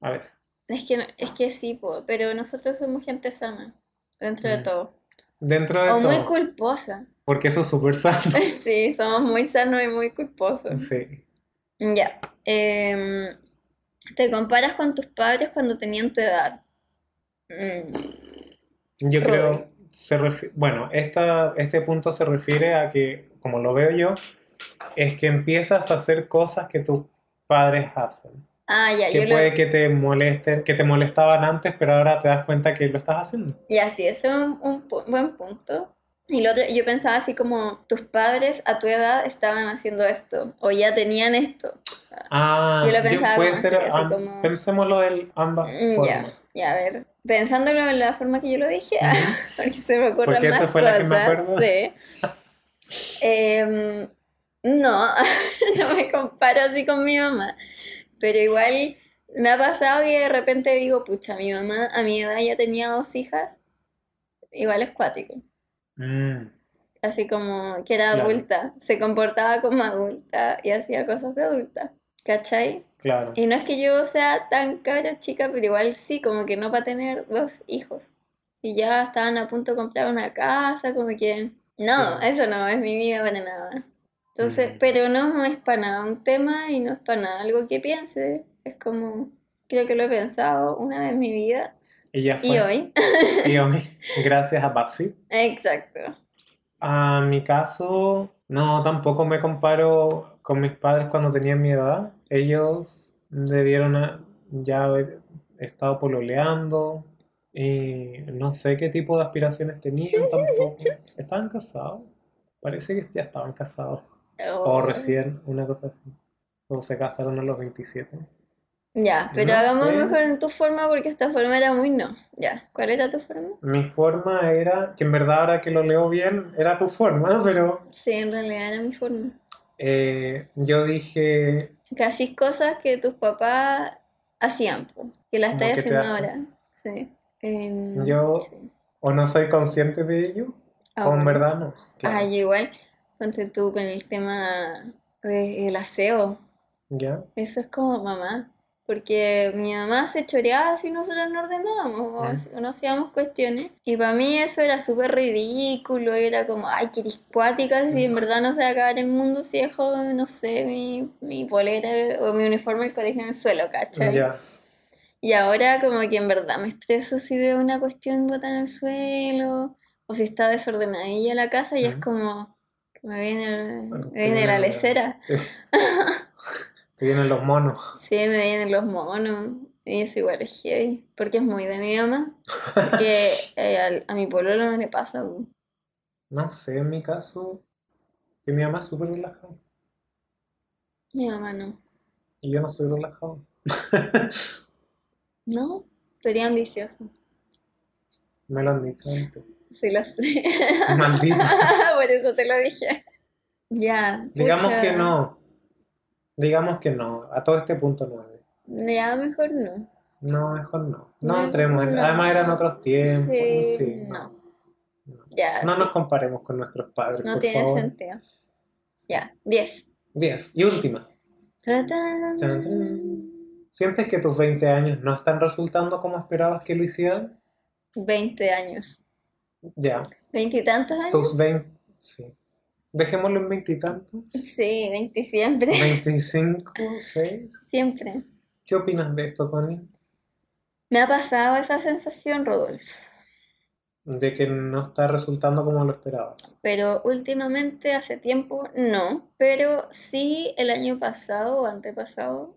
a veces.
Es que, no- es que sí, po, pero nosotros somos gente sana, dentro de
Mm.
todo.
Dentro de
O muy
todo,
culposa.
porque eso es súper sano.
Sí, somos muy sanos y muy culposos.
sí.
Ya. em, ¿te comparas con tus padres cuando tenían tu edad? Mm,
Yo
Roy.
creo, se refi- bueno, esta, este punto se refiere a que, como lo veo yo, es que empiezas a hacer cosas que tus padres hacen.
Ah, ya,
Que
yo lo...
puede que te molesten, que te molestaban antes, pero ahora te das cuenta que lo estás haciendo.
Ya, sí, ese es un, un pu- buen punto. Y lo otro, yo pensaba así como, tus padres a tu edad estaban haciendo esto, o ya tenían esto.
Ah,
Yo lo
yo-
pensaba
puede
como
ser,
así, así
am-
como-
pensémoslo de ambas
Mm,
formas.
Ya, ya, a ver. Pensándolo en la forma que yo lo dije, porque se me ocurren
Porque esa
más
fue la que me
cosas,
acuerdo.
sí. Em, no, no me comparo así con mi mamá, pero igual me ha pasado que de repente digo, pucha, mi mamá a mi edad ya tenía dos hijas, igual es cuático.
Mm,
así como que era
Claro.
adulta, se comportaba como adulta y hacía cosas de adulta, ¿cachai?
claro.
Y no es que yo sea tan cara chica, pero igual sí, como que no para tener dos hijos. Y ya estaban a punto de comprar una casa, como que... No,
Sí.
eso no es mi vida para nada. Entonces,
Mm.
pero no es para nada un tema y no es para nada algo que piense. Es como, creo que lo he pensado una vez en mi vida
Y ya
y
fue.
hoy.
Y hoy, gracias a BuzzFeed.
Exacto.
A mi caso, no, tampoco me comparo con mis padres cuando tenían mi edad. Ellos debieron a- ya haber estado pololeando y no sé qué tipo de aspiraciones tenían tampoco. Estaban casados. Parece que ya estaban casados. O
Oh.
recién, una cosa así. O se casaron a los 27.
Ya, pero
No
hagamos
sé.
mejor en tu forma porque esta forma era muy no. Ya, ¿cuál era tu forma?
Mi forma era, que en verdad ahora que lo leo bien, era tu forma, pero
Sí, en realidad era mi forma.
eh, yo dije,
Que hacís cosas que tus papás hacían, po, que las
Como
estás
que te
haciendo
das-
ahora. Sí. Em,
Yo-
sí.
o no soy consciente de ello,
Ah,
o
bueno.
en verdad no.
Ah,
Claro,
yo igual, ponte tú con el tema del aseo.
ya,
Eso es como mamá, porque mi mamá se choreaba si nosotros no ordenábamos o
Mm.
si- o no hacíamos cuestiones. Y para mí eso era súper ridículo, y era como, ay, qué discuática, si
Mm.
en verdad no se va a acabar el mundo si dejo, no sé, mi, mi polera o mi uniforme del colegio en el suelo, ¿cachai?
ya.
Y ahora como que en verdad me estreso si veo una cuestión botada en el suelo o si está desordenadilla la casa y es
Ujú.
como, me viene, el- me
Te
viene la
vienen-
lesera.
Te, te vienen los monos.
Sí, me vienen los monos. Y eso igual es heavy. Porque es muy de mi mamá. Porque eh, al- a mi pueblo no le pasa. bu.
No sé, en mi caso, que mi mamá es súper relajada
Mi mamá no.
y yo no soy relajado.
No, sería ambicioso.
Me lo han dicho antes.
Sí, lo sé.
Maldito.
Por eso te lo dije. Ya,
Digamos que
pucha.
no. Digamos que no. A todo este punto nueve.
Ya, mejor no.
No, mejor no.
No,
No entremos en...
no.
Además eran otros tiempos.
Sí,
sí,
no.
no.
Ya,
No
sí.
nos comparemos con nuestros padres,
No
por
tiene
favor.
sentido. Ya, 10.
Diez. Y última. Tan, tan. ¿Sientes que tus 20 años no están resultando como esperabas que lo hicieran?
20 años.
Ya.
¿Veintitantos años?
Tus 20... Sí. Dejémoslo en veintitantos.
Sí, 20 siempre.
25, 6.
Siempre.
¿Qué opinas de esto, Connie?
Me ha pasado esa sensación, Rodolfo,
De que no está resultando como lo esperabas.
pero últimamente, hace tiempo, no. Pero sí, el año pasado o antepasado,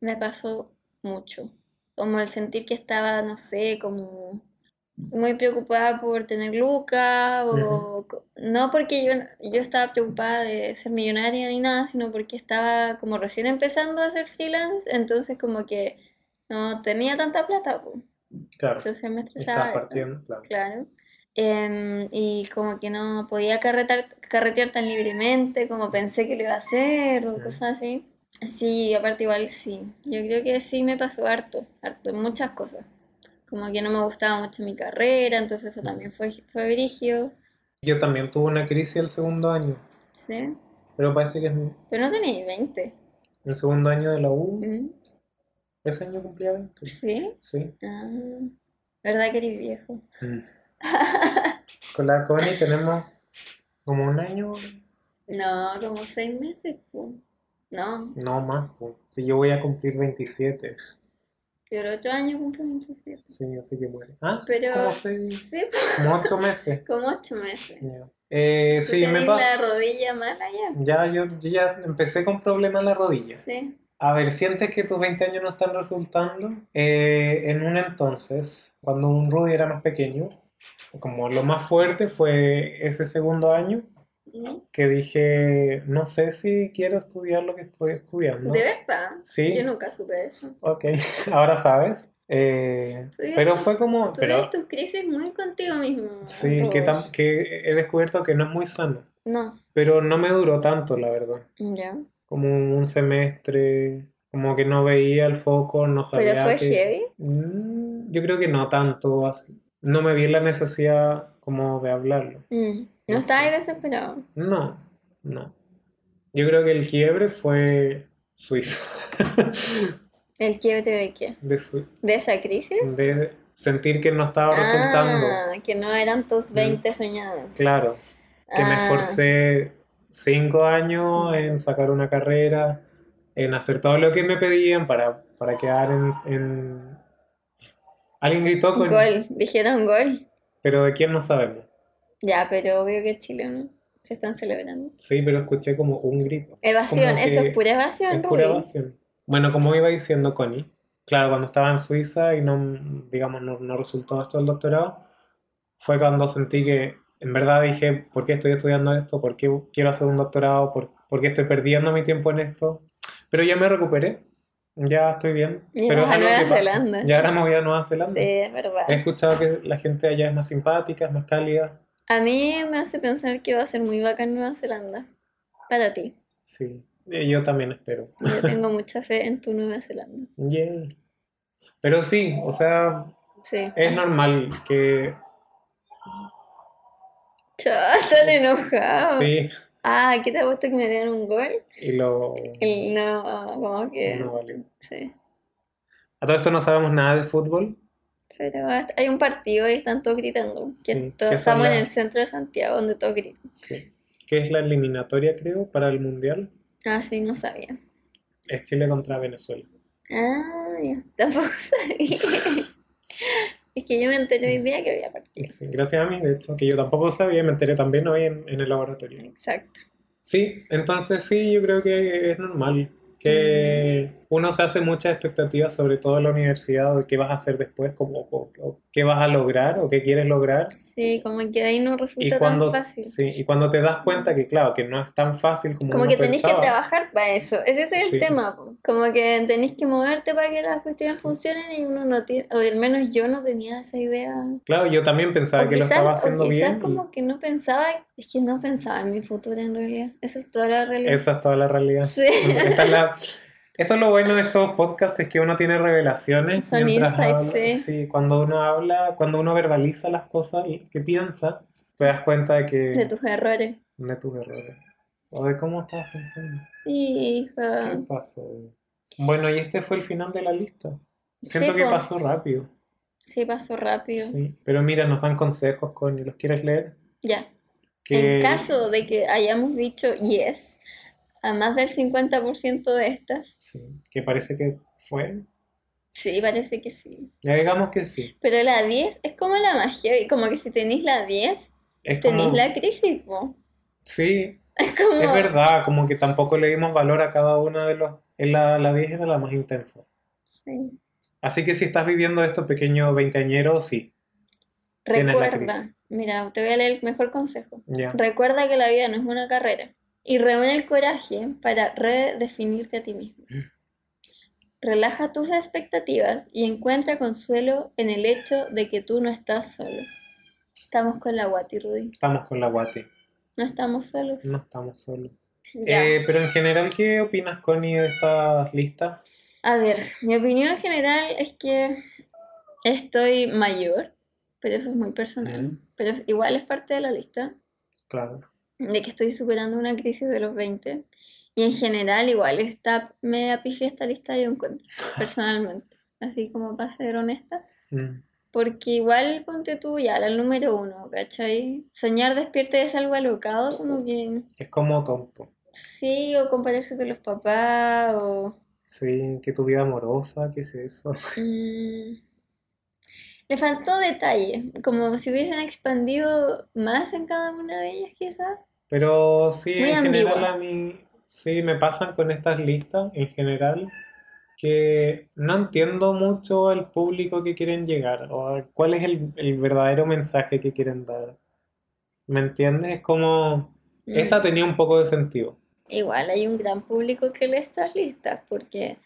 me pasó mucho. Como el sentir que estaba, no sé, como muy preocupada por tener lucas, o co- no porque yo, yo estaba preocupada de ser millonaria ni nada, sino porque estaba como recién empezando a hacer freelance, entonces como que no tenía tanta plata, po.
Claro.
Entonces me
Estás
estresaba eso.
partiendo, claro.
Claro. Em, y como que no podía carretar- carretear tan libremente como pensé que lo iba a hacer o
Mm.
cosas así. Sí, aparte igual sí. Yo creo que sí me pasó harto, harto, en muchas cosas. Como que no me gustaba mucho mi carrera, entonces eso también fue, fue brigio,
Yo también tuve una crisis el segundo año.
¿sí?
Pero parece que es mi-
Pero no tenía 20.
el segundo año de la U.
¿Mm?
Ese año cumplía 20.
¿Sí?
Sí.
Ah, ¿verdad que eres viejo?
Con la Connie tenemos como un año,
No, como seis meses, po. No,
no más. pues. Si yo voy a cumplir 27.
yo el otro año cumplo 27.
Sí, así que muere. Ah, sí,
Pero
como seis,
sí, po,
como ocho meses.
como ocho meses.
Ya. Eh,
¿Tú
sí, me
tenés
pasa.
la rodilla mala ya?
Ya, yo, yo ya empecé con problemas en la rodilla.
Sí.
A ver, ¿sientes que tus 20 años no están resultando? Eh, en un entonces, cuando un Rudy era más pequeño, como lo más fuerte fue ese segundo año
¿no?
que dije, no sé si quiero estudiar lo que estoy estudiando.
¿De verdad?
Sí,
Yo nunca supe eso.
ok, ahora sabes. Eh,
Estudias
pero
tú-
fue como,
Tú
pero
ves tus crisis muy contigo mismo.
sí, que,
Rose.
tam- que he descubierto que no es muy sano,
No,
pero no me duró tanto, la verdad.
ya.
Como un semestre, como que no veía el foco, no
¿Pero
sabía
fue
que-
heavy?
Mm, yo creo que no tanto así. No me vi en la necesidad como de hablarlo.
Mm.
No
No estaba
sé.
desesperado.
No, no. Yo creo que el quiebre fue Suiza.
¿El quiebre de qué?
De, Sui-
¿De esa crisis?
de sentir que no estaba resultando. Mm.
Ah, que no eran tus 20 soñadas.
Claro, que me
Ah,
esforcé cinco años en sacar una carrera, en hacer todo lo que me pedían para, para quedar en, en- Alguien gritó con...
Gol, dijeron gol.
Pero de quién no sabemos.
Ya, pero obvio que Chile no. Se están celebrando.
Sí, pero escuché como un grito.
Evasión,
Como
eso
que
es pura evasión,
Es pura
Rubén.
evasión. Bueno, como iba diciendo Connie, claro, cuando estaba en Suiza y no, digamos, no, no resultó esto del doctorado, fue cuando sentí que, en verdad dije, ¿por qué estoy estudiando esto? ¿Por qué quiero hacer un doctorado? ¿Por, por qué estoy perdiendo mi tiempo en esto? Pero ya me recuperé, ya estoy bien.
Y
pero
vas a
es algo que
Nueva
pasa.
Zelanda.
Y ahora me voy a Nueva Zelanda.
Sí, es verdad.
He escuchado que la gente allá es más simpática, es más cálida.
A mí me hace pensar que va a ser muy bacán Nueva Zelanda. Para ti.
Sí, eh, yo también espero.
Yo tengo mucha fe en tu Nueva Zelanda.
Yay. Pero sí, o sea,
Sí.
Es normal que
Chao, tan enojado.
sí,
Ah, ¿qué te ha puesto que me dieron un gol?
y eh. lo
Y no, como que.
no valió.
Sí.
A todo esto no sabemos nada de fútbol.
Pero basta. hay un partido y están todos gritando. Que
Sí,
to-
que son
estamos en
las-
el centro de Santiago donde todos gritan.
Sí. Que es la eliminatoria, creo, para el Mundial.
Ah, sí, no sabía.
Es Chile contra Venezuela.
Ah, yo tampoco sabía. Es que yo me enteré hoy día que había partido.
Sí, gracias a mí, de hecho, que yo tampoco sabía y me enteré también hoy en, en el laboratorio.
Exacto.
Sí, entonces sí, yo creo que es normal que uno se hace muchas expectativas, sobre todo en la universidad, de qué vas a hacer después, como, o- o qué vas a lograr o qué quieres lograr.
Sí, como que ahí no
Y
resulta tan
cuando,
fácil.
sí, y cuando te das cuenta que, claro, que no es tan fácil como
Como
uno
que tenéis que
pensaba.
trabajar para eso. Ese es el
Sí.
tema. po. Como que tenéis que moverte para que las cuestiones
Sí.
funcionen y uno no tiene, o al menos yo no tenía esa idea.
Claro, yo también pensaba
o
que lo
quizás,
estaba
o
haciendo
quizás
bien. y
como que no pensaba, es que no pensaba en mi futuro en realidad. Esa es toda la realidad.
Esa es toda la realidad.
Sí.
Esta es la- Esto es lo bueno de estos podcasts, es que uno tiene revelaciones
Son
mientras
insights,
habla.
sí.
cuando uno habla, cuando uno verbaliza las cosas que piensa, te das cuenta de que
De tus errores.
de tus errores. O de cómo estabas pensando. ¿Qué
Hijo.
pasó? Bueno, y este fue el final de la lista.
Sí,
Siento
pues.
que
po.
pasó rápido.
Sí, pasó rápido.
Sí, pero mira, nos dan consejos, Connie, ¿los quieres leer?
Ya.
Que
En caso de que hayamos dicho yes a más del 50% de estas,
sí, que parece que fue.
sí, parece que sí.
Ya digamos que sí.
Pero la 10 es como la magia, y como que si tenéis la 10,
Es
tenéis
como,
la crisis, po.
sí,
Es como,
es verdad, como que tampoco le dimos valor a cada una de los en la la 10 era la más intensa.
Sí.
Así que si estás viviendo esto pequeño veinteañero, sí, Tienes la crisis.
Recuerda, mira, te voy a leer el mejor consejo.
ya.
Recuerda que la vida no es una carrera y reúne el coraje para redefinirte a ti mismo. Relaja tus expectativas y encuentra consuelo en el hecho de que tú no estás solo. Estamos con la Guati, Rudy.
Estamos con la guate,
No estamos solos.
no estamos solos.
Ya.
Eh, pero en general, ¿qué opinas, Connie, de estas listas?
A ver, mi opinión en general es que estoy mayor, pero eso es muy personal.
Mm,
Pero igual es parte de la lista.
Claro,
de que estoy superando una crisis de los 20 Y en general, igual, está media pifia esta lista, yo encuentro, personalmente. Así como para ser honesta.
Mm.
Porque igual, ponte tú ya, la número uno, ¿cachai? Soñar despierto es algo alocado, como que
Es como tonto.
sí, o compararse con los papás, o...
Sí, que tu vida amorosa, ¿qué es eso?
Mm. Le faltó detalle, como si hubiesen expandido más en cada una de ellas, quizás.
Pero sí,
Muy
en general
ambigua.
a mí, sí, me pasan con estas listas en general que no entiendo mucho al público que quieren llegar o a cuál es el, el verdadero mensaje que quieren dar. ¿Me entiendes? Es como, esta
Mm.
tenía un poco de sentido.
Igual hay un gran público que lee estas listas, porque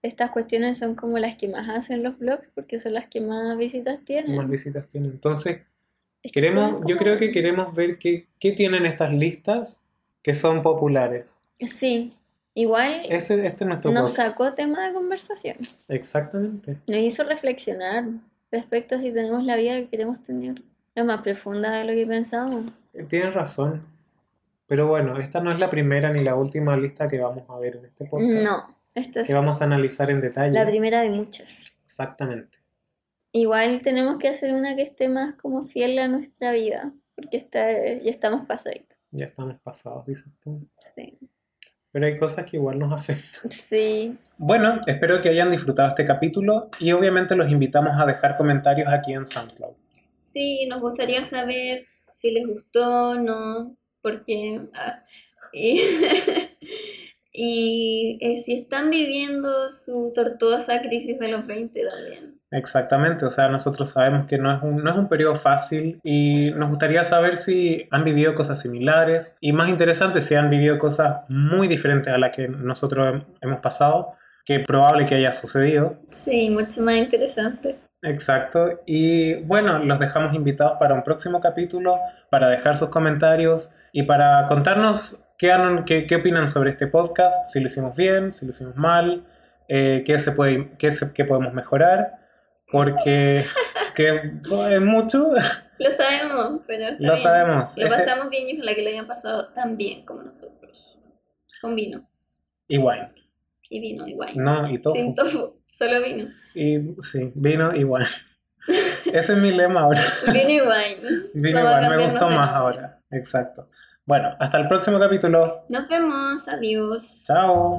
estas cuestiones son como las que más hacen los blogs, porque son las que más visitas
Más
tienen.
visitas tienen. Entonces,
Es que son
queremos, yo
como-
creo que queremos ver qué, qué tienen estas listas que son populares.
Sí, igual
Ese, este es nuestro
nos
podcast.
sacó tema de conversación,
Exactamente.
nos hizo reflexionar respecto a si tenemos la vida que queremos tener. Es más profunda de lo que pensábamos.
Eh, Tienes razón. Pero bueno, esta no es la primera ni la última lista que vamos a ver en este podcast.
No, esta es
Que vamos a analizar en detalle.
la primera de muchas.
Exactamente.
Igual tenemos que hacer una que esté más como fiel a nuestra vida, porque esta, eh, ya estamos pasaditos.
Ya estamos pasados, dices tú.
Sí.
Pero hay cosas que igual nos afectan.
Sí,
Bueno, espero que hayan disfrutado este capítulo y obviamente los invitamos a dejar comentarios aquí en SoundCloud.
Sí, nos gustaría saber si les gustó o no, porque... ah, y y, eh, si están viviendo su tortuosa crisis de los 20 también.
Exactamente, o sea, nosotros sabemos que no es un, no es un periodo fácil y nos gustaría saber si han vivido cosas similares y más interesante, si han vivido cosas muy diferentes a las que nosotros hem- hemos pasado, que es probable que haya sucedido.
Sí, mucho más interesante.
Exacto, y bueno, los dejamos invitados para un próximo capítulo, para dejar sus comentarios y para contarnos qué, han- qué, qué opinan sobre este podcast, si lo hicimos bien, si lo hicimos mal, eh, qué, se puede, qué, se- qué podemos mejorar, porque que es mucho,
Lo sabemos, pero está
lo
bien.
sabemos.
Lo
Este-
pasamos bien y ojalá que lo hayan pasado tan bien como nosotros. Con vino.
y wine,
Y vino, y wine.
¿no? Y tofu.
Sin tofu, solo vino.
Y sí, vino y wine. Ese es mi lema ahora.
Vino y wine.
Vino y
Vamos a
wine, me
cambiarnos
gustó
de
más
nombre.
ahora. Exacto. Bueno, hasta el próximo capítulo.
Nos vemos, adiós.
Chao.